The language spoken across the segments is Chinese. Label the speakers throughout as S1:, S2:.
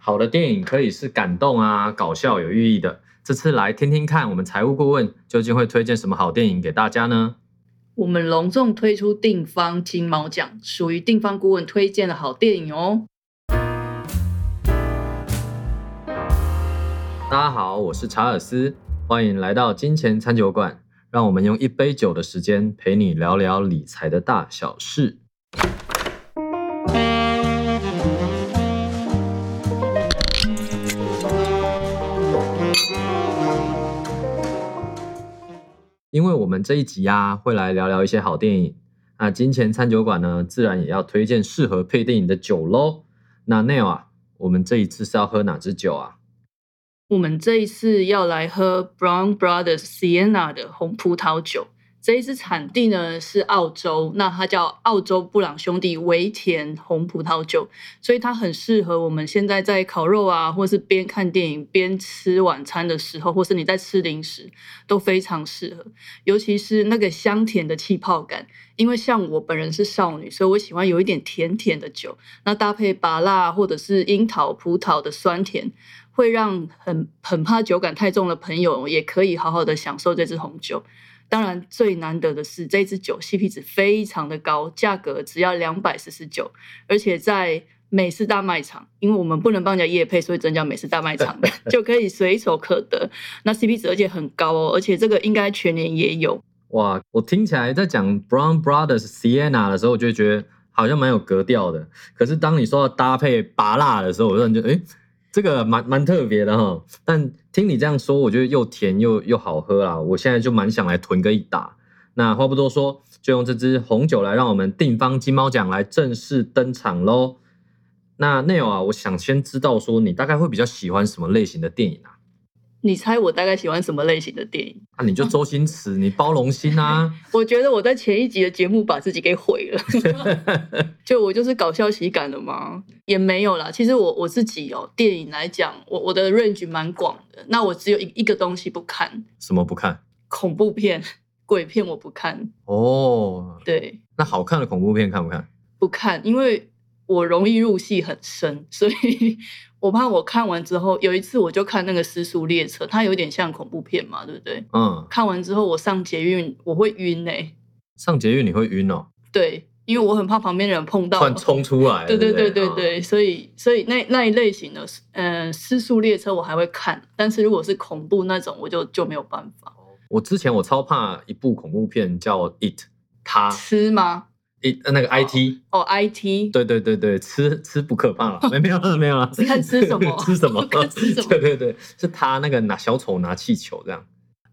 S1: 好的电影可以是感动啊、搞笑、有寓意的。这次来听听看，我们财务顾问究竟会推荐什么好电影给大家呢？
S2: 我们隆重推出定方金毛奖，属于定方顾问推荐的好电影哦。
S1: 大家好，我是查尔斯，欢迎来到金钱餐酒馆，让我们用一杯酒的时间陪你聊聊理财的大小事。因为我们这一集啊，会来聊聊一些好电影。那金钱餐酒馆呢，自然也要推荐适合配电影的酒喽。那 Neil 啊，我们这一次是要喝哪支酒啊？
S2: 我们这一次要来喝 Brown Brothers Sienna 的红葡萄酒，这一支产地呢是澳洲，那它叫澳洲布朗兄弟维田红葡萄酒，所以它很适合我们现在在烤肉啊，或是边看电影边吃晚餐的时候，或是你在吃零食都非常适合，尤其是那个香甜的气泡感。因为像我本人是少女，所以我喜欢有一点甜甜的酒，那搭配芭辣或者是樱桃、葡萄的酸甜，会让很很怕酒感太重的朋友也可以好好的享受这支红酒。当然，最难得的是这支酒 CP 值非常的高，价格只要两百四十九，而且在美式大卖场，因为我们不能帮人家夜配，所以增加美式大卖场的就可以随手可得。那 CP 值而且很高哦，而且这个应该全年也有。
S1: 哇，我听起来在讲 Brown Brothers Sienna 的时候，我就觉得好像蛮有格调的。可是当你说到搭配拔辣的时候，我突然觉得，哎，这个蛮蛮特别的哈。但听你这样说，我觉得又甜又又好喝啦。我现在就蛮想来囤个一打。那话不多说，就用这支红酒来让我们定方金猫奖来正式登场喽。那 Neil 啊，我想先知道说你大概会比较喜欢什么类型的电影啊？
S2: 你猜我大概喜欢什么类型的电影？
S1: 啊，你就周星驰，你包容心啊。
S2: 我觉得我在前一集的节目把自己给毁了，就我就是搞笑喜感了吗？也没有啦。其实我我自己哦，电影来讲，我我的 range 蛮广的。那我只有一一个东西不看，
S1: 什么不看？
S2: 恐怖片、鬼片我不看。
S1: 哦，
S2: 对，
S1: 那好看的恐怖片看不看？
S2: 不看，因为我容易入戏很深，所以我怕我看完之后，有一次我就看那个《失速列车》，它有点像恐怖片嘛，对不对？
S1: 嗯，
S2: 看完之后我上捷运我会晕哎、
S1: 上捷运你会晕哦，
S2: 对，因为我很怕旁边的人碰到
S1: 突
S2: 我。
S1: 然冲出来。
S2: 对
S1: 对
S2: 对
S1: 不
S2: 对对
S1: 嗯
S2: 对，所以所以那那一类型的，嗯、呃，失速列车我还会看，但是如果是恐怖那种，我就就没有办法。
S1: 我之前我超怕一部恐怖片叫《It》，它
S2: 吃吗？
S1: It 呃那个 IT，
S2: 哦，I T，
S1: 对对对对，吃吃不可怕了，没没有了没有了，
S2: 你看吃什么
S1: 吃什么
S2: 看吃什 么
S1: 对对对，是他那个拿小丑拿气球这样，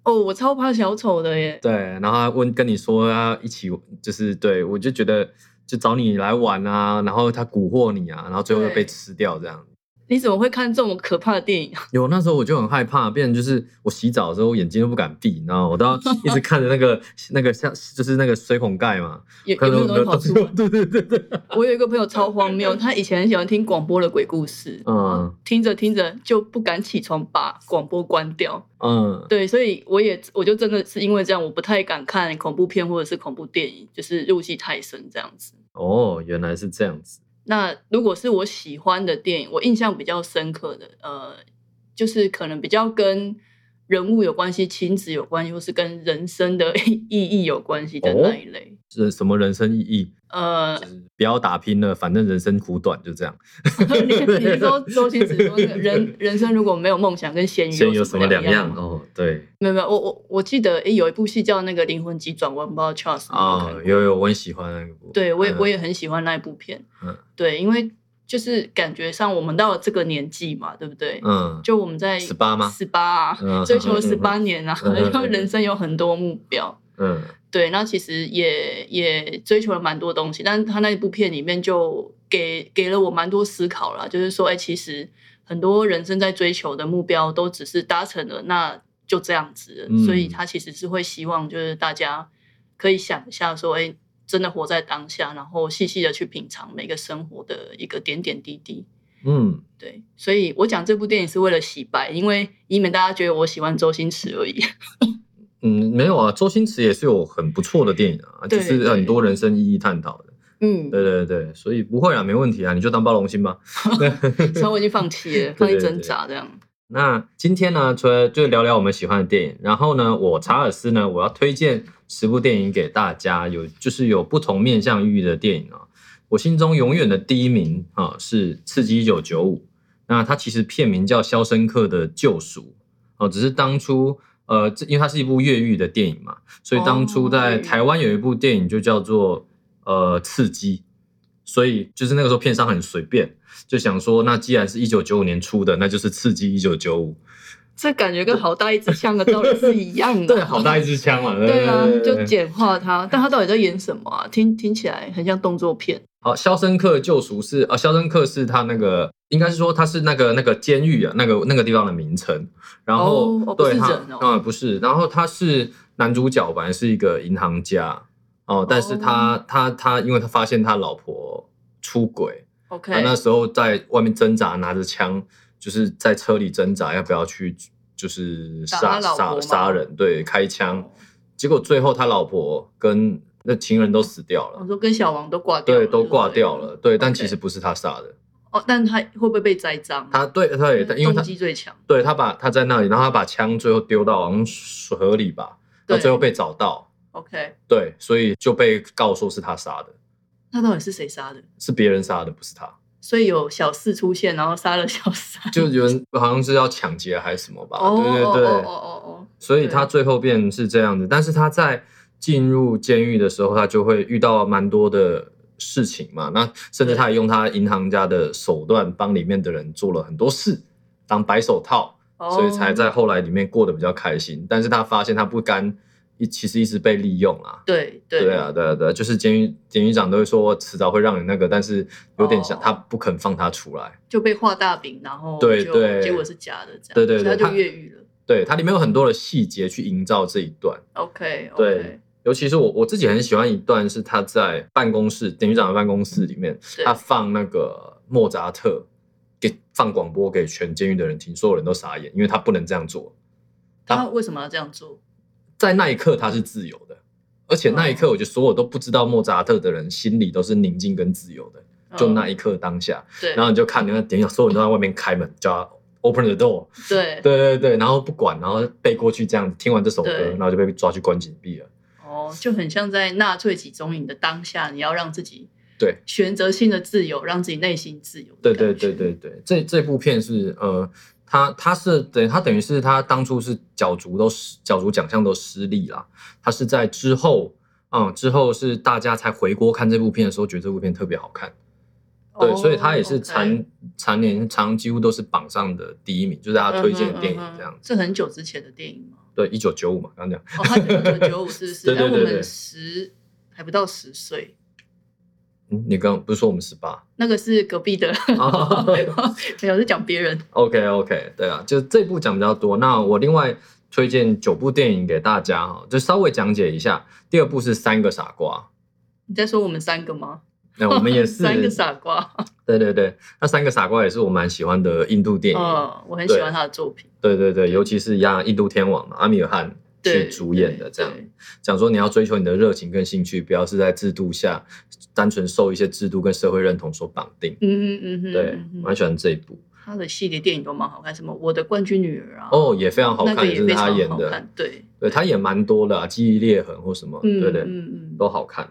S2: 哦，我超怕小丑的耶。
S1: 对，然后他问跟你说要一起，就是对我就觉得就找你来玩啊，然后他蛊惑你啊，然后最后又被
S2: 对
S1: 吃掉这样。
S2: 你怎么会看这么可怕的电影？啊
S1: 有那时候我就很害怕，变成就是我洗澡的时候我眼睛都不敢闭，你知道吗？我 都要一直看着那个那个像就是那个水孔盖嘛，
S2: 有
S1: 看
S2: 有
S1: 着
S2: 没
S1: 我
S2: 有东西跑出 来？
S1: 对对对对，
S2: 我有一个朋友超荒谬，他以前很喜欢听广播的鬼故事，
S1: 嗯
S2: 听着听着就不敢起床，把广播关掉。
S1: 嗯，
S2: 对，所以我也我就真的是因为这样，我不太敢看恐怖片或者是恐怖电影，就是入戏太深这样子。
S1: 哦，原来是这样子，
S2: 那如果是我喜欢的电影，我印象比较深刻的，呃，就是可能比较跟人物有关系、亲子有关系，或是跟人生的 意义有关系的
S1: 哦
S2: 那一类。
S1: 是什么人生意义？
S2: 呃
S1: 就，是不要打拼了，反正人生苦短，就这样。
S2: 你你说周星驰说那 个人人生如果没有梦想，跟咸鱼
S1: 先有什
S2: 什
S1: 么两
S2: 两
S1: 样？
S2: 吗？
S1: 哦，对
S2: 没有没有，我我我记得诶有一部戏叫那个《灵魂急转弯》，不知道 Charles 有没有看
S1: 啊
S2: 过，
S1: 有有，我很喜欢那个部。
S2: 对我也、
S1: 嗯
S2: 我也很喜欢那一部片。
S1: 嗯
S2: 对，因为就是感觉上我们到了这个年纪嘛，对不对？
S1: 嗯，
S2: 就我们在
S1: 18吗
S2: 十八啊，
S1: 嗯
S2: 追求十八年啊，
S1: 嗯嗯嗯
S2: 因为人生有很多目标。
S1: 嗯
S2: 对，那其实也也追求了蛮多东西，但是他那一部片里面就给给了我蛮多思考啦，就是说，哎、其实很多人生在追求的目标都只是达成了，那就这样子了、
S1: 嗯
S2: 所以他其实是会希望就是大家可以想一下，说，哎、真的活在当下，然后细细的去品尝每个生活的一个点点滴滴。
S1: 嗯，
S2: 对，所以我讲这部电影是为了洗白，因为以免大家觉得我喜欢周星驰而已。
S1: 嗯，没有啊，周星驰也是有很不错的电影啊，就
S2: 对
S1: 是
S2: 对
S1: 很多人生意义探讨的。
S2: 嗯，
S1: 对对对，所以不会啊，没问题啊，你就当包容心吧。
S2: 所以我已经放弃
S1: 对
S2: 了，放
S1: 对
S2: 弃
S1: 对
S2: 挣扎这样。
S1: 那今天呢，除了就聊聊我们喜欢的电影，然后呢，我查尔斯呢，我要推荐十部电影给大家，有就是有不同面向寓意的电影啊。我心中永远的第一名啊是《刺激一九九五》，那它其实片名叫《肖申克的救赎》哦、只是当初呃，这因为它是一部越狱的电影嘛，所以当初
S2: 哦
S1: 在
S2: 越狱
S1: 台湾有一部电影就叫做呃《刺激》，所以就是那个时候片商很随便，就想说，那既然是一九九五年出的，那就是刺激一九九五。
S2: 这感觉跟好大一支枪的道理是一样 的。
S1: 对，好大一支枪嘛。
S2: 啊对啊，就
S1: 对
S2: 简化它，但它到底在演什么啊？听听起来很像动作片。
S1: 好，《呃肖申克救赎》是啊，《肖申克》是他那个，应该是说他是那个那个监狱啊，那个那个地方的名称。然后、
S2: 哦哦不
S1: 对
S2: 是
S1: 他
S2: 人哦
S1: 嗯，不是。然后他是男主角，本来是一个银行家哦，但是他、他他，因为他发现他老婆出轨，
S2: OK，
S1: 他啊那时候在外面挣扎，拿着枪，就是在车里挣扎，要不要去就是
S2: 打
S1: 杀
S2: 他老婆
S1: 杀
S2: 吗
S1: 杀人？对，开枪。结果最后他老婆跟那情人都死掉
S2: 我
S1: 了，
S2: 说跟小王都挂掉了，
S1: 对，都挂
S2: 对
S1: 掉了。。对，但
S2: OK
S1: 其实不是他杀的，
S2: 哦，但他会不会被栽赃？啊
S1: 他对对，因为
S2: 嗯动
S1: 他
S2: 机最强。
S1: 对他把他在那里，然后他把枪最后丢到好像水河里吧，那
S2: 对，
S1: 最后被找到，
S2: OK，
S1: 对，所以就被告说是他杀的，
S2: 那到底是谁杀的？
S1: 是别人杀的，不是他。
S2: 所以有小四出现，然后杀了小三。
S1: 就有人好像是要抢劫还是什么吧，
S2: 哦
S1: 对
S2: 哦
S1: 对对，
S2: 哦哦
S1: 所以他最后变是这样子。但是他在进入监狱的时候，他就会遇到蛮多的事情嘛。那甚至他也用他银行家的手段帮里面的人做了很多事，当白手套，
S2: 哦哦，
S1: 所以才在后来里面过得比较开心。但是他发现他不甘，一其实一直被利用啊。
S2: 对对
S1: 对啊，，对啊，对啊，就是监狱监狱长都会说迟早会让你那个，但是有点想、
S2: 哦
S1: 他不肯放他出来。
S2: 就被画大饼，然后
S1: 对
S2: 就
S1: 对
S2: 结果是假的，这样，
S1: 对对对
S2: 所以他
S1: 他
S2: 就越狱了。
S1: 对，它里面有很多的细节去营造这一段。
S2: OK，
S1: 对尤其是我我自己很喜欢一段是他在办公室，典狱长的办公室里面，
S2: 对
S1: 他放那个莫扎特，给放广播给全监狱的人听，所有人都傻眼，因为他不能这样做。
S2: 他为什么要这样做？
S1: 在那一刻他是自由的，而且那一刻我觉得所有都不知道莫扎特的人心里都是宁静跟自由的，就那一
S2: 一
S1: 刻当下，
S2: 嗯对，
S1: 然后你就看那个典狱长，所有人都在外面开门，叫他 open the door，
S2: 对
S1: 对对对，然后不管，然后背过去这样子，听完这首歌，
S2: 对
S1: 然后就被抓去关禁闭了。
S2: 哦，就很像在纳粹集中营的当下，你要让自己
S1: 对
S2: 选择性的自由，让自己内心自由。
S1: 对对对，对对，这这部片是呃，他他是等他等于是他当初是角逐都失角逐奖项都失利啦，他是在之后。嗯，之后是大家才回国看这部片的时候，觉得这部片特别好看，对，
S2: 哦
S1: 所以他也是
S2: OK
S1: 蝉蝉联常几乎都是榜上的第一名，就是大家推荐的电影这样
S2: 嗯哼嗯
S1: 子。
S2: 哼这很久之前的电影吗？
S1: 对，一九九五嘛，刚刚讲，
S2: 哦，他九九九五是不
S1: 对
S2: 是？
S1: 对
S2: 但
S1: 对
S2: 我
S1: 对
S2: 们十还不到十岁，
S1: 嗯，你刚刚不是说我们十八
S2: 那个是隔 壁的，
S1: 哦
S2: 没有是讲别人。
S1: ？OK OK，对啊，就这部讲比较多。那我另外推荐九部电影给大家哈，就稍微讲解一下。第二部是《三个傻瓜》，
S2: 你在说我们三个吗？
S1: 那我们也是
S2: 三个傻瓜。
S1: 对对对，那三个傻瓜也是我蛮喜欢的印度电影。
S2: 嗯，我很喜欢他的作品。
S1: 对对对，尤其是让印度天王嘛，阿米尔汗
S2: 对，
S1: 去主演的，
S2: 对
S1: 这样
S2: 对
S1: 讲说你要追求你的热情跟兴趣，不要是在制度下单纯受一些制度跟社会认同所绑定。
S2: 嗯嗯嗯哼，
S1: 对
S2: 嗯，哼
S1: 蛮喜欢这一部
S2: 他的系列电影都蛮好看，什么《我的冠军女儿》啊，
S1: 哦，也非常好
S2: 那个
S1: 看，也
S2: 也
S1: 是
S2: 非
S1: 他
S2: 常
S1: 演
S2: 好
S1: 的
S2: 看，，对，
S1: 对，他演蛮多的、啊，《记忆裂痕》或什么，
S2: 嗯
S1: 对对，
S2: 嗯嗯
S1: 都好看。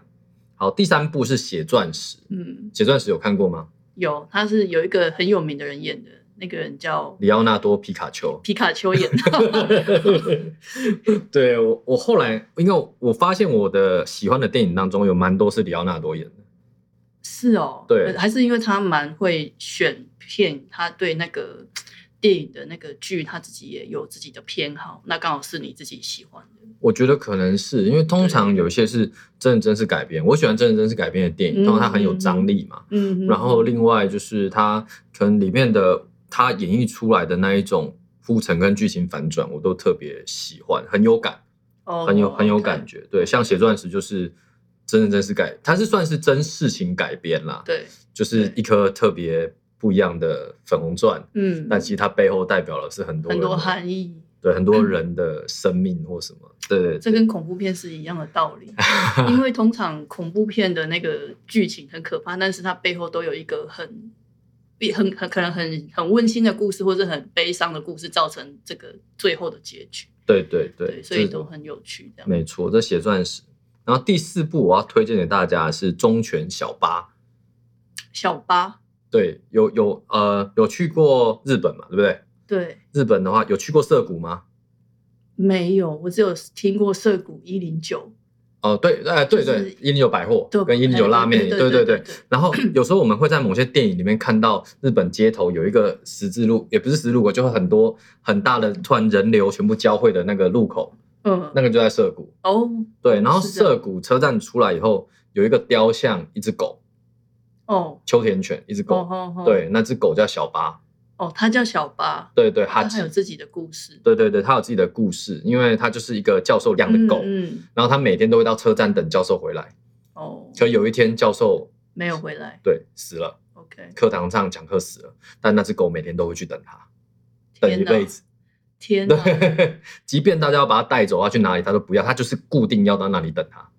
S1: 好，第三部是《血钻石》，《
S2: 嗯，
S1: 血钻石》有看过吗？
S2: 有，他是有一个很有名的人演的，那个人叫
S1: 里奥纳多·皮卡丘，
S2: 皮卡丘演的，
S1: 对我，我后来因为我发现我的喜欢的电影当中有蛮多是里奥纳多演的，
S2: 是哦，
S1: 对
S2: 还是因为他蛮会选片，他对那个电影的那个剧他自己也有自己的偏好，那刚好是你自己喜欢的，
S1: 我觉得可能是因为通常有一些是真人真事改编，我喜欢真人真事改编的电影，
S2: 嗯
S1: 通常它很有张力嘛。
S2: 嗯哼，
S1: 然后另外就是它可能里面的它演绎出来的那一种铺陈跟剧情反转，我都特别喜欢，很有感，
S2: 哦
S1: 很有很有
S2: ，OK
S1: 感，觉。对，像《血钻石》就是真人真事改，它是算是真事情改编啦，
S2: 对，
S1: 就是一颗特别不一样的粉红钻。
S2: 嗯，
S1: 但其实它背后代表的是很多
S2: 很
S1: 人
S2: 多嗯
S1: 的
S2: 含义，
S1: 对很多人的生命或什么，对
S2: 这跟恐怖片是一样的道 理，因为通常恐怖片的那个剧情很可怕，但是它背后都有一个很、很、很可能很很温馨的故事，或是很悲伤的故事，造成这个最后的结局。
S1: 对对对，
S2: 对，所以
S1: 这
S2: 都很有趣。这样，
S1: 没错，这血钻石。然后第四部我要推荐给大家的是《忠犬小八》。
S2: 小八，
S1: 对，有有呃有去过日本嘛？对不对？
S2: 对，
S1: 日本的话有去过涩谷吗？
S2: 没有，我只有听过涩谷一零九，
S1: 哦、对，哎、对
S2: 就是
S1: 对，一零九百货
S2: 对，哎
S1: 跟一零九拉面，
S2: 对
S1: 对
S2: 对
S1: 对。然后有时候我们会在某些电影里面看到日本街头有一个十字路，也不是十字路口，就会很多很大的突然人流全部交汇的那个路口，
S2: 嗯，
S1: 那个就在涩谷。
S2: 哦，
S1: 对，然后
S2: 是这样
S1: 涩谷车站出来以后，有一个雕像，一只狗，
S2: 哦，
S1: 秋田犬，一只
S2: 哦
S1: 狗。
S2: 哦哦，，
S1: 对，那只狗叫小八。
S2: 哦，他叫小八，
S1: 对对，哈
S2: 他
S1: 吉
S2: 还。有自己的故事，
S1: 对对对，它有自己的故事，因为它就是一个教授养的
S2: 嗯
S1: 狗，
S2: 嗯，
S1: 然后它每天都会到车站等教授回来。
S2: 哦，
S1: 可有一天教授
S2: 没有回来
S1: 对死了，
S2: ，OK，
S1: 课堂上讲课死了，但那只狗每天都会去等它，等
S2: 天
S1: 一
S2: 哪，
S1: 辈子。
S2: 天哪，
S1: 对，即便大家要把它带走，要去哪里，它都不要，它就是固定要到那里等它。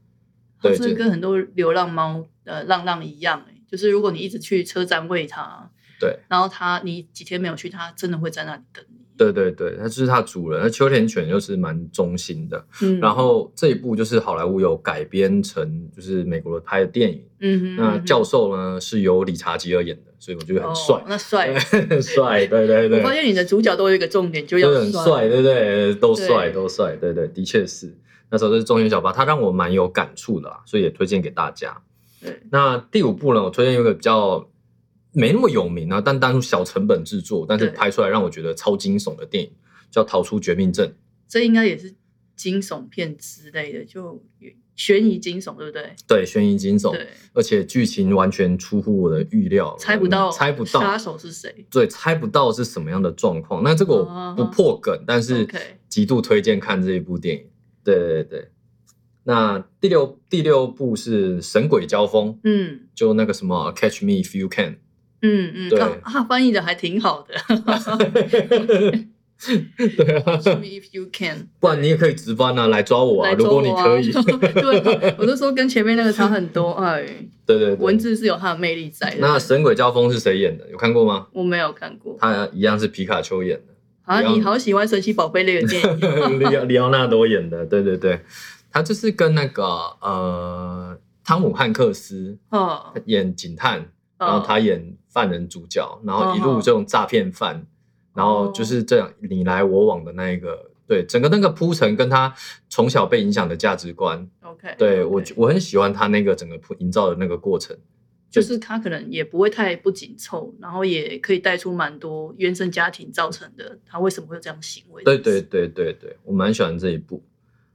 S1: 对，
S2: 这
S1: 就
S2: 个跟很多流浪猫呃浪浪一样、欸，就是如果你一直去车站喂它，
S1: 对，
S2: 然后它你几天没有去，它真的会在那里等你。
S1: 对对对，它就是它的主人。那秋田犬又是蛮忠心的。
S2: 嗯，
S1: 然后这一部就是好莱坞有改编成就是美国拍的电影。
S2: 嗯哼，
S1: 那
S2: 嗯哼
S1: 教授呢是由理查吉尔演的，所以我觉得很帅
S2: 哦、。那帅。
S1: 帅，对对
S2: 我发
S1: 对，
S2: 现你的主角都有一个重点，就要
S1: 都很帅，对不对？都帅，
S2: 对
S1: 都帅，对对，的确是。那时候就是中原小八，它让我蛮有感触的啦，所以也推荐给大家。
S2: 对，
S1: 那第五部呢，我推荐一个比较没那么有名啊，但当初小成本制作，但是
S2: 对
S1: 拍出来让我觉得超惊悚的电影，叫《逃出绝命镇》。
S2: 这应该也是惊悚片之类的，就悬疑惊悚，对不对？
S1: 对，悬疑惊悚，
S2: 对，
S1: 而且剧情完全出乎我的预料，嗯
S2: 猜不到，
S1: 猜不到
S2: 杀手是谁。
S1: 对，猜不到是什么样的状况。那这个我不破梗，但是
S2: 嗯 OK
S1: 极度推荐看这一部电影。对对对。那第六第六部是《神鬼交锋》，
S2: 嗯
S1: 就那个什么《Catch Me If You Can
S2: 嗯嗯，
S1: 对。
S2: 啊啊，翻译的还挺好的。》
S1: 对啊
S2: Show，me if you can，
S1: 不然你也可以直翻啊，来抓我啊，
S2: 来
S1: 如
S2: 抓
S1: 果
S2: 我
S1: 你
S2: 啊
S1: 可以。
S2: 对，我就说跟前面那个差很 多，哎，
S1: 对对对。
S2: 文。字是有它的魅力在的。
S1: 那《神鬼交锋》是谁演的？有看过吗？
S2: 我没有看过
S1: 他一样是皮卡丘演的。
S2: 啊，
S1: 一样
S2: 你好喜欢神奇宝贝那个电 影，
S1: 里奥里奥纳多演的，对对对，他就是跟那个呃汤姆汉克斯
S2: 哦，
S1: 演警探，然后
S2: 哦
S1: 他演犯人主角，然后一
S2: 哦
S1: 路
S2: 哦
S1: 这种诈骗犯，然后就是这样你来我往的那一个，对整个那个铺陈跟他从小被影响的价值观，
S2: OK，
S1: 对我
S2: OK
S1: 我很喜欢他那个整个铺营造的那个过程，
S2: 就是他可能也不会太不紧凑，然后也可以带出蛮多原生家庭造成的他为什么会有这样的行为。
S1: 对对，对对对，我蛮喜欢这一部。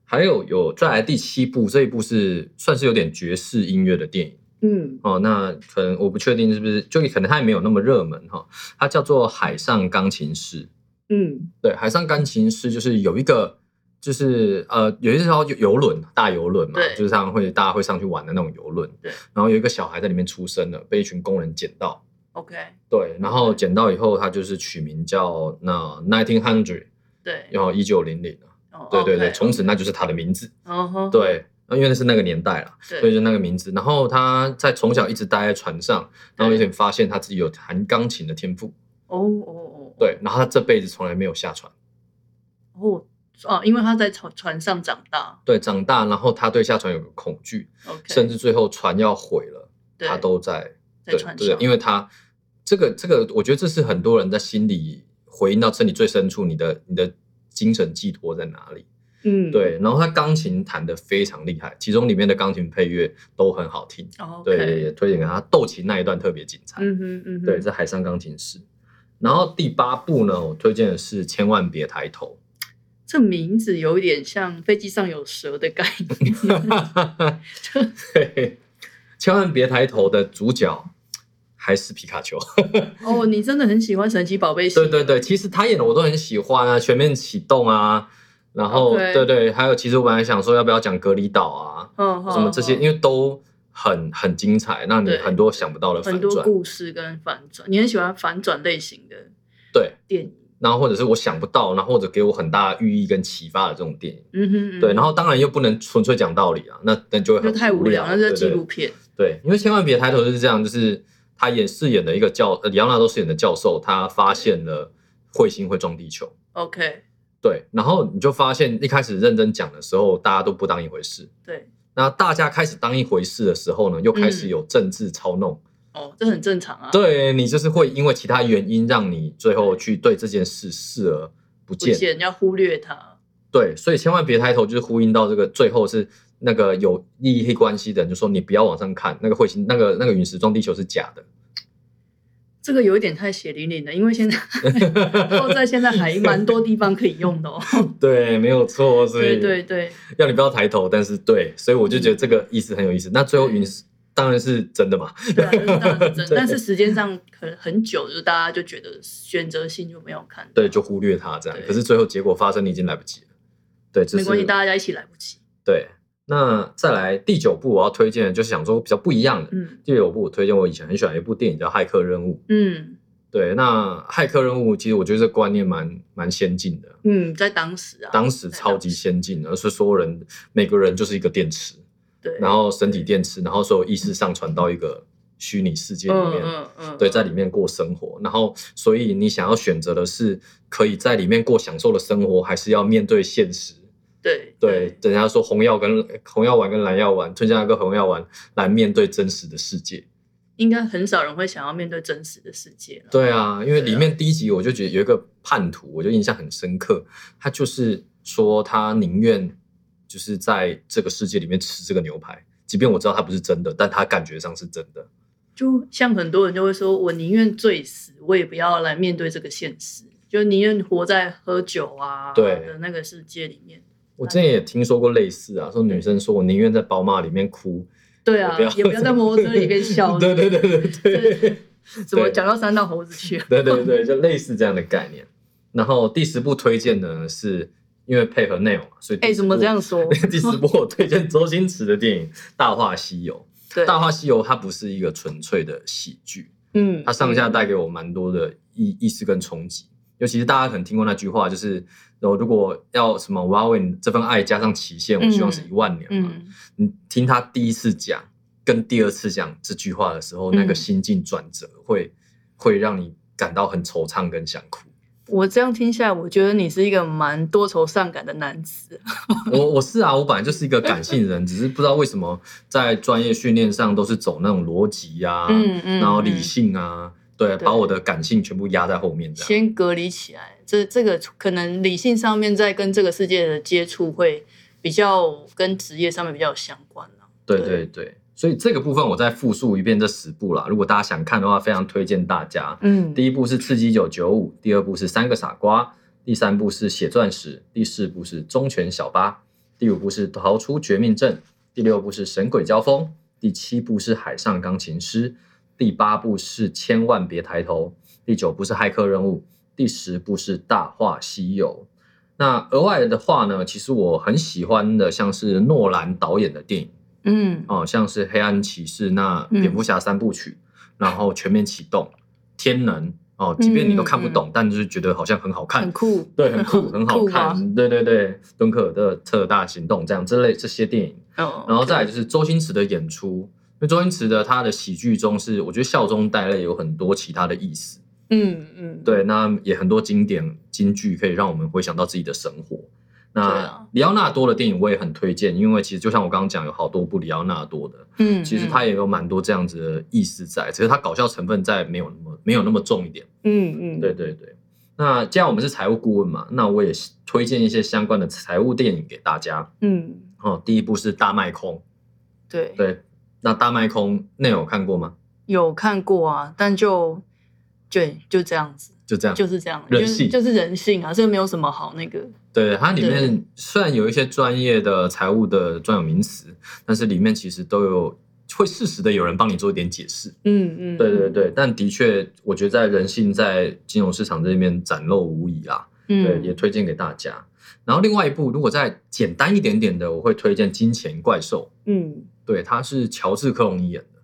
S1: 还有有再来第七部，这一部是算是有点爵士音乐的电影。
S2: 嗯，
S1: 哦，那可能我不确定是不是，就可能它也没有那么热门哈、它叫做《海上钢琴师》。
S2: 嗯
S1: 对，《海上钢琴师》就是有一个，就是呃，有一艘游轮，大游轮嘛
S2: 对，
S1: 就是常常会大家会上去玩的那种游轮。
S2: 对。
S1: 然后有一个小孩在里面出生了，被一群工人捡到。
S2: ，OK，
S1: 对，然后捡到以后，他就是取名叫那 nineteen hundred，
S2: 对，
S1: 然后一九零零。
S2: 哦
S1: 对对对，
S2: OK，
S1: 从此那就是他的名字。
S2: 哦吼
S1: 对，那因为那是那个年代啦。所以
S2: 对哦
S1: 就那个名字。然后他在从小一直待在船上，然后有点发现他自己有弹钢琴的天赋，
S2: 哦哦哦，
S1: 对。然后他这辈子从来没有下船，
S2: 哦哦，因为他在船船上长大
S1: 对。长大，然后他对下船有个恐惧，
S2: ，OK，
S1: 甚至最后船要毁了，
S2: 对
S1: 他都在
S2: 在船
S1: 对，
S2: 上，
S1: 因为他这个这个，我觉得这是很多人在心里回应到身体最深处，你的你的精神寄托在哪里？
S2: 嗯，
S1: 对。然后他钢琴弹得非常厉害，其中里面的钢琴配乐都很好听，
S2: 哦，OK，
S1: 对，也推荐给他。斗琴那一段特别精彩，
S2: 嗯哼嗯哼，
S1: 对，这海上钢琴师。然后第八部呢，我推荐的是《千万别抬头。
S2: 这名字有点像飞机上有蛇的概念，》
S1: 对，千万别抬头的主角还是皮卡丘。
S2: 哦，你真的很喜欢神奇宝贝系
S1: 对对对，其实他演的我都很喜欢啊，《全面启动》啊，然后
S2: OK
S1: 对对，还有其实我本来想说要不要讲《隔离岛》啊，
S2: 嗯，好
S1: 什么这些，
S2: 好
S1: 因为都很很精彩，让你
S2: 对
S1: 很多想不到的反
S2: 很多
S1: 转。
S2: 故事跟反转，你很喜欢反转类型的
S1: 对
S2: 电影，
S1: 然后或者是我想不到，然后或者给我很大的寓意跟启发的这种电影。
S2: 嗯哼，嗯
S1: 对，然后当然又不能纯粹讲道理啊，那那就会
S2: 就
S1: 很
S2: 太无聊，那
S1: 对
S2: 是
S1: 对
S2: 纪录片。
S1: 对，因为千万别抬头就是这样，就是他演饰演的一个教，呃，里奥纳多饰演的教授，他发现了彗星会撞地球。
S2: OK，
S1: 对，然后你就发现一开始认真讲的时候，大家都不当一回事。
S2: 对，
S1: 那大家开始当一回事的时候呢，又开始
S2: 嗯
S1: 有政治操弄。
S2: 哦，这很正常啊。
S1: 对你就是会因为其他原因，让你最后去对这件事视而不
S2: 不
S1: 见。
S2: 见要忽略它。
S1: 对，所以千万别抬头，就是呼应到这个最后是那个有利益关系的人，就说你不要往上看，那个彗星、那个那个陨石撞地球是假的。
S2: 这个有一点太血淋淋了，因为 现在后在现在还蛮多地方可以用的哦。
S1: 对，没有错，所
S2: 对
S1: 以
S2: 对对，
S1: 要你不要抬头，但是对，所以我就觉得这个意思很有意思。那最后陨石当然是真的嘛，
S2: 对啊，这是当然是真的，
S1: 对
S2: 但是时间上可能很久，就大家就觉得选择性就没有看到。
S1: 对，就忽略它这样
S2: 对。
S1: 可是最后结果发生，你已经来不及了。对，只
S2: 没
S1: 是
S2: 关系，大家一起来不及。
S1: 对。那再来第九部，我要推荐的就是想说比较不一样的。
S2: 嗯
S1: 第九部我推荐我以前很喜欢一部电影叫《骇客任务》。
S2: 嗯
S1: 对，那《骇客任务》其实我觉得这观念蛮蛮先进的，
S2: 嗯，在当时啊，
S1: 当时超级先进的，而是所有人每个人就是一个电池，
S2: 对，
S1: 然后身体电池，然后所有意识上传到一个虚拟世界里面。
S2: 嗯嗯，
S1: 对，在里面过生活，然后所以你想要选择的是可以在里面过享受的生活，还是要面对现实？
S2: 嗯对
S1: 对，人家说红药跟红药丸跟蓝药丸，吞下一个红药丸来面对真实的世界。
S2: 应该很少人会想要面对真实的世界了。
S1: 对啊，因为
S2: 对啊
S1: 里面第一集我就觉得有一个叛徒，我就印象很深刻。他就是说他宁愿就是在这个世界里面吃这个牛排，即便我知道它不是真的，但他感觉上是真的。
S2: 就像很多人就会说，我宁愿醉死，我也不要来面对这个现实，就宁愿活在喝酒啊
S1: 对
S2: 的那个世界里面。
S1: 我之前也听说过类似啊，说女生说我宁愿在宝马里面哭，
S2: 对啊
S1: 我不要，
S2: 也不要在摩托车里 面笑。
S1: 对对对对对
S2: 怎么
S1: 对
S2: 讲到三道猴子去了？
S1: 对对对，就类似这样的概念。然后第十部推荐呢，是因为配合内容嘛，所以第
S2: 哎，
S1: 十
S2: 怎么
S1: 部
S2: 这？样说？
S1: 第十部我推荐周星驰的电影《大话西游》。
S2: 对
S1: 《大话西游》它不是一个纯粹的喜剧，
S2: 嗯，
S1: 它上下带给我蛮多的意意识跟冲击。尤其是大家可能听过那句话，就是我如果要什么，我要为你这份爱加上期限，我希望是一万啊年嘛。
S2: 嗯，
S1: 你听他第一次讲跟第二次讲这句话的时候，
S2: 嗯
S1: 那个心境转折会会让你感到很惆怅跟想哭。
S2: 我这样听下来，我觉得你是一个蛮多愁善感的男子。
S1: 我我是啊，我本来就是一个感性 人，只是不知道为什么在专业训练上都是走那种逻辑啊，
S2: 嗯嗯，
S1: 然后理
S2: 嗯
S1: 性啊，对，
S2: 对
S1: 把我的感性全部压在后面这样。
S2: 先隔离起来。这这个可能理性上面在跟这个世界的接触会比较跟职业上面比较有相关啊了、
S1: 对对
S2: 对
S1: 对，所以这个部分我再复述一遍这十部啦。如果大家想看的话，非常推荐大家。
S2: 嗯
S1: 第一部是《刺激一九九五》，第二部是《三个傻瓜》，第三部是《血钻石》，第四部是《忠犬小八》，第五部是《逃出绝命镇》，第六部是《神鬼交锋》，第七部是《海上钢琴师》，第八部是《千万别抬头》，第九部是《骇客任务》，第十部是《大话西游》。那额外的话呢，其实我很喜欢的，像是诺兰导演的电影
S2: 嗯
S1: 哦，像是《黑暗骑士》、那
S2: 嗯
S1: 《蝙蝠侠》三部曲，然后《全面启动》、《天能》哦，即便你都看不懂，但就是觉得好像很好看
S2: 嗯很，酷，
S1: 对，很 酷，很好
S2: 酷啊
S1: 看，对对对，《敦刻尔的特大行动》这样之类这些电影，
S2: 哦
S1: 然后再来就是周星驰的演出，因为周星驰的他的喜剧中是我觉得笑中带泪，有很多其他的意思，
S2: 嗯嗯，
S1: 对，那也很多经典金句可以让我们回想到自己的生活。那
S2: 对啊
S1: 里奥纳多的电影我也很推荐，因为其实就像我刚刚讲，有好多部里奥纳多的，
S2: 嗯，嗯，
S1: 其实它也有蛮多这样子的意思在，只是它搞笑成分在没有那么没有那么重一点。
S2: 嗯嗯
S1: 对对对。那既然我们是财务顾问嘛，那我也推荐一些相关的财务电影给大家。
S2: 嗯
S1: 哦，第一部是《大卖空
S2: 对》，
S1: 对，那《大卖空》那有看过吗？
S2: 有看过啊，但就对就这样子，
S1: 就这样，
S2: 就是这样，
S1: 人
S2: 就是
S1: 性
S2: 就是人性啊，这个没有什么好那个，
S1: 对，它里面虽然有一些专业的财务的专有名词，但是里面其实都有会适时的有人帮你做一点解释。
S2: 嗯嗯，
S1: 对对对，但的确，我觉得在人性在金融市场这里面展露无遗啊。
S2: 嗯，
S1: 对，
S2: 嗯
S1: 也推荐给大家。然后另外一部，如果再简单一点点的，我会推荐《金钱怪兽》。
S2: 嗯
S1: 对，它是乔治·克隆尼演的。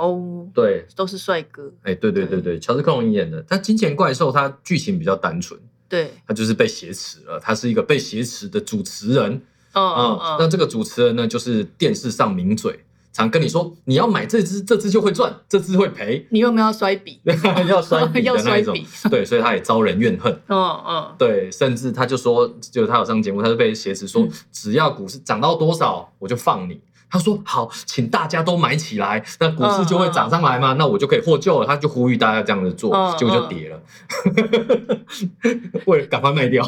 S2: 哦，
S1: 对，
S2: 都是帅哥，
S1: 哎，对对对
S2: 对
S1: 对，乔治·克隆尼演的。但《金钱怪兽》它剧情比较单纯，
S2: 对，
S1: 他就是被挟持了，他是一个被挟持的主持人
S2: 哦
S1: 啊、
S2: 哦
S1: 那
S2: 哦，
S1: 这个主持人呢，就是电视上名嘴，常跟你说你要买这只，这只就会赚，这只会赔，
S2: 你有没有要摔笔？
S1: 要摔笔
S2: 要
S1: 的那
S2: 摔
S1: 一种
S2: 笔。
S1: 对，所以他也招人怨恨。
S2: 哦哦，
S1: 对，甚至他就说，就是他有上节目，他就被挟持说，
S2: 嗯
S1: 只要股市涨到多少，我就放你。他说好，请大家都买起来，那股市
S2: 嗯
S1: 就会涨上来嘛，那我就可以获救了。他就呼吁大家这样子做，
S2: 嗯
S1: 结果就跌了， 为了赶快卖掉。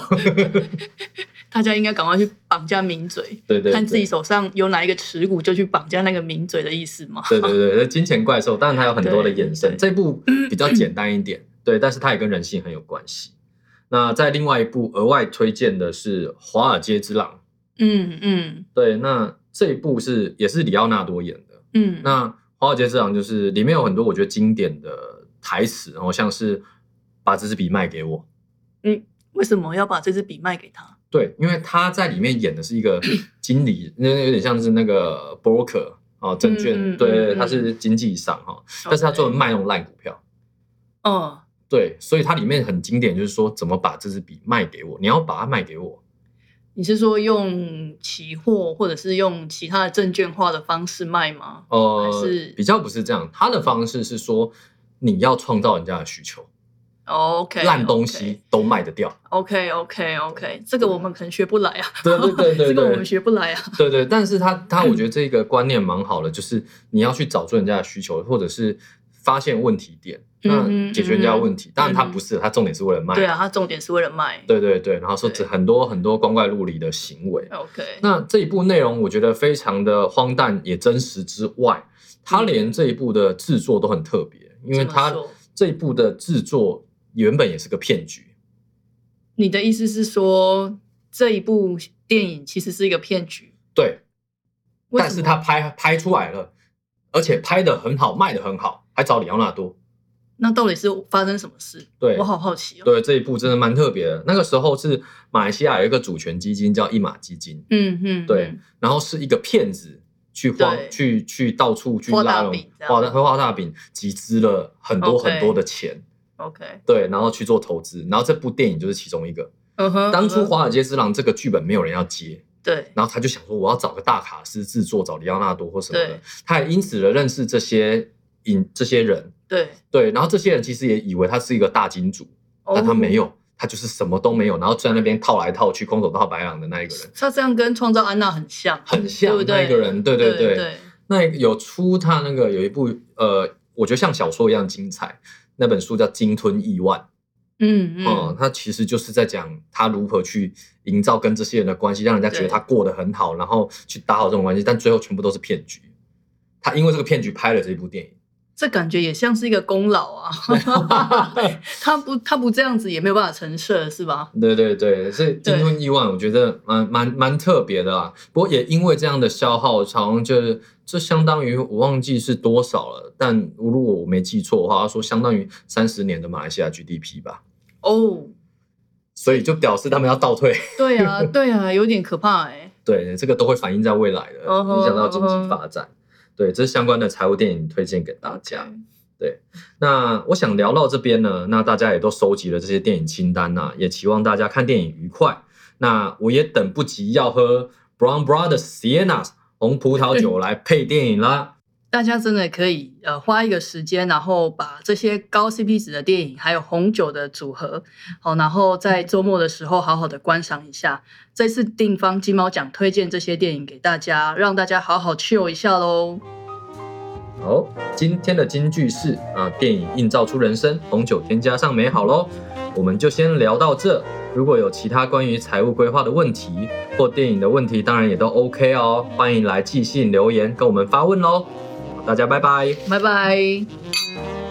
S2: 大家应该赶快去绑架名嘴，
S1: 对对，
S2: 看自己
S1: 对。
S2: 手上有哪一个持股，就去绑架那个名嘴的意思嘛。
S1: 对对对，那金钱怪兽，当然它有很多的衍生，
S2: 对对
S1: 这部比较简单一点，对，但是它也跟人性很有关系。那在另外一部额外推荐的是《华尔街之狼》，
S2: 嗯嗯
S1: 对，那这一部是也是里奥纳多演的，
S2: 嗯，
S1: 那《华尔街之狼》就是里面有很多我觉得经典的台词，然后像是把这支笔卖给我。
S2: 为什么要把这支笔卖给他？
S1: 对，因为他在里面演的是一 个经理，那那有点像是那个 broker 哦，证券，
S2: 嗯嗯
S1: 对
S2: 嗯
S1: 对，
S2: 嗯
S1: 他是经纪商哈，但是他专门卖那种烂股票。
S2: 哦，
S1: 对，所以它里面很经典，就是说怎么把这支笔卖给我，你要把它卖给我。
S2: 你是说用期货或者是用其他的证券化的方式卖吗？
S1: 呃
S2: 还是，
S1: 比较不是这样，他的方式是说你要创造人家的需求，
S2: 哦 OK，
S1: 烂东西都卖得掉。
S2: OK OK OK，这个我们可能学不来啊，
S1: 对对对对
S2: 这个我
S1: 对
S2: 们，学不来啊。
S1: 对对，但是他他我觉得这个观念蛮好的，就是你要去找出人家的需求，或者是发现问题点，那
S2: 嗯哼
S1: 解决人家的问题。当然他
S2: 嗯哼
S1: 不是，他重点是为了卖。
S2: 对啊，它重点是为了卖。
S1: 对对对然后说
S2: 对
S1: 很多很多光怪陆离的行为。
S2: OK，
S1: 那这一部内容我觉得非常的荒诞也真实之外，他连这一部的制作都很特别，因为
S2: 怎么
S1: 他
S2: 说
S1: 这一部的制作原本也是个骗局。
S2: 你的意思是说这一部电影其实是一个骗局？
S1: 对，
S2: 为
S1: 但
S2: 什
S1: 是
S2: 么
S1: 他拍拍出来了，而且拍的很好，卖的很好，还找里奥纳多。
S2: 那到底是发生什么事？
S1: 对
S2: 我好好奇哦。
S1: 对这一部真的蛮特别的。那个时候是马来西亚有一个主权基金叫一马基金，
S2: 嗯嗯，
S1: 对
S2: 嗯，
S1: 然后是一个骗子去花
S2: 对
S1: 去去到处去
S2: 画
S1: 拉
S2: 大
S1: 拢
S2: 饼这样
S1: 画大画大饼，集资了很多
S2: OK
S1: 很多的钱。
S2: ，OK，
S1: 对，然后去做投资，然后这部电影就是其中一个。
S2: 嗯哼，
S1: 当初
S2: 嗯
S1: 《
S2: 哼
S1: 华尔街之狼》这个剧本没有人要接，
S2: 对，
S1: 然后他就想说，我要找个大卡司制作，找里奥纳多或什么的
S2: 对。
S1: 他也因此而认识这些影这些人，
S2: 对，
S1: 对，然后这些人其实也以为他是一个大金主，
S2: 哦
S1: 但他没有，他就是什么都没有，然后在那边套来套去，空手套白狼的那一个人，
S2: 他这样跟创造安娜很像，
S1: 很像
S2: 嗯对不对
S1: 那个人对对
S2: 对
S1: 对那有出他那个有一部呃，我觉得像小说一样精彩，那本书叫《鲸吞亿万》。
S2: 嗯嗯，
S1: 嗯，他其实就是在讲他如何去营造跟这些人的关系，让人家觉得
S2: 对
S1: 他过得很好，然后去打好这种关系，但最后全部都是骗局。他因为这个骗局拍了这部电影，
S2: 这感觉也像是一个功劳啊。 他不，他不这样子也没有办法成事，是吧？
S1: 对对对，所以金吞亿万，我觉得蛮蛮蛮特别的啦。不过也因为这样的消耗，好像就是这相当于我忘记是多少了，但如果我没记错的话，他说相当于三十年的马来西亚 GDP 吧，
S2: 哦，
S1: 所以就表示他们要倒退。
S2: 对啊，对啊，有点可怕哎。
S1: 对，这个都会反映在未来的，
S2: 嗯哼
S1: 影响到经
S2: 嗯
S1: 济
S2: 哼
S1: 发展。对，这是相关的财务电影推荐给大家。
S2: OK
S1: 那我想聊到这边呢，那大家也都收集了这些电影清单呐、也期望大家看电影愉快。那我也等不及要喝 Brown Brothers Sienna 红葡萄酒来配电影啦。
S2: 大家真的可以呃花一个时间，然后把这些高 CP 值的电影还有红酒的组合，好，然后在周末的时候好好的观赏一下。这次定方金猫奖推荐这些电影给大家，让大家好好 chill 一下喽。
S1: 好，今天的金句是啊，电影映照出人生，红酒添加上美好喽。我们就先聊到这。如果有其他关于财务规划的问题或电影的问题，当然也都 OK 哦，欢迎来寄信留言跟我们发问喽。大家拜拜。
S2: 拜拜。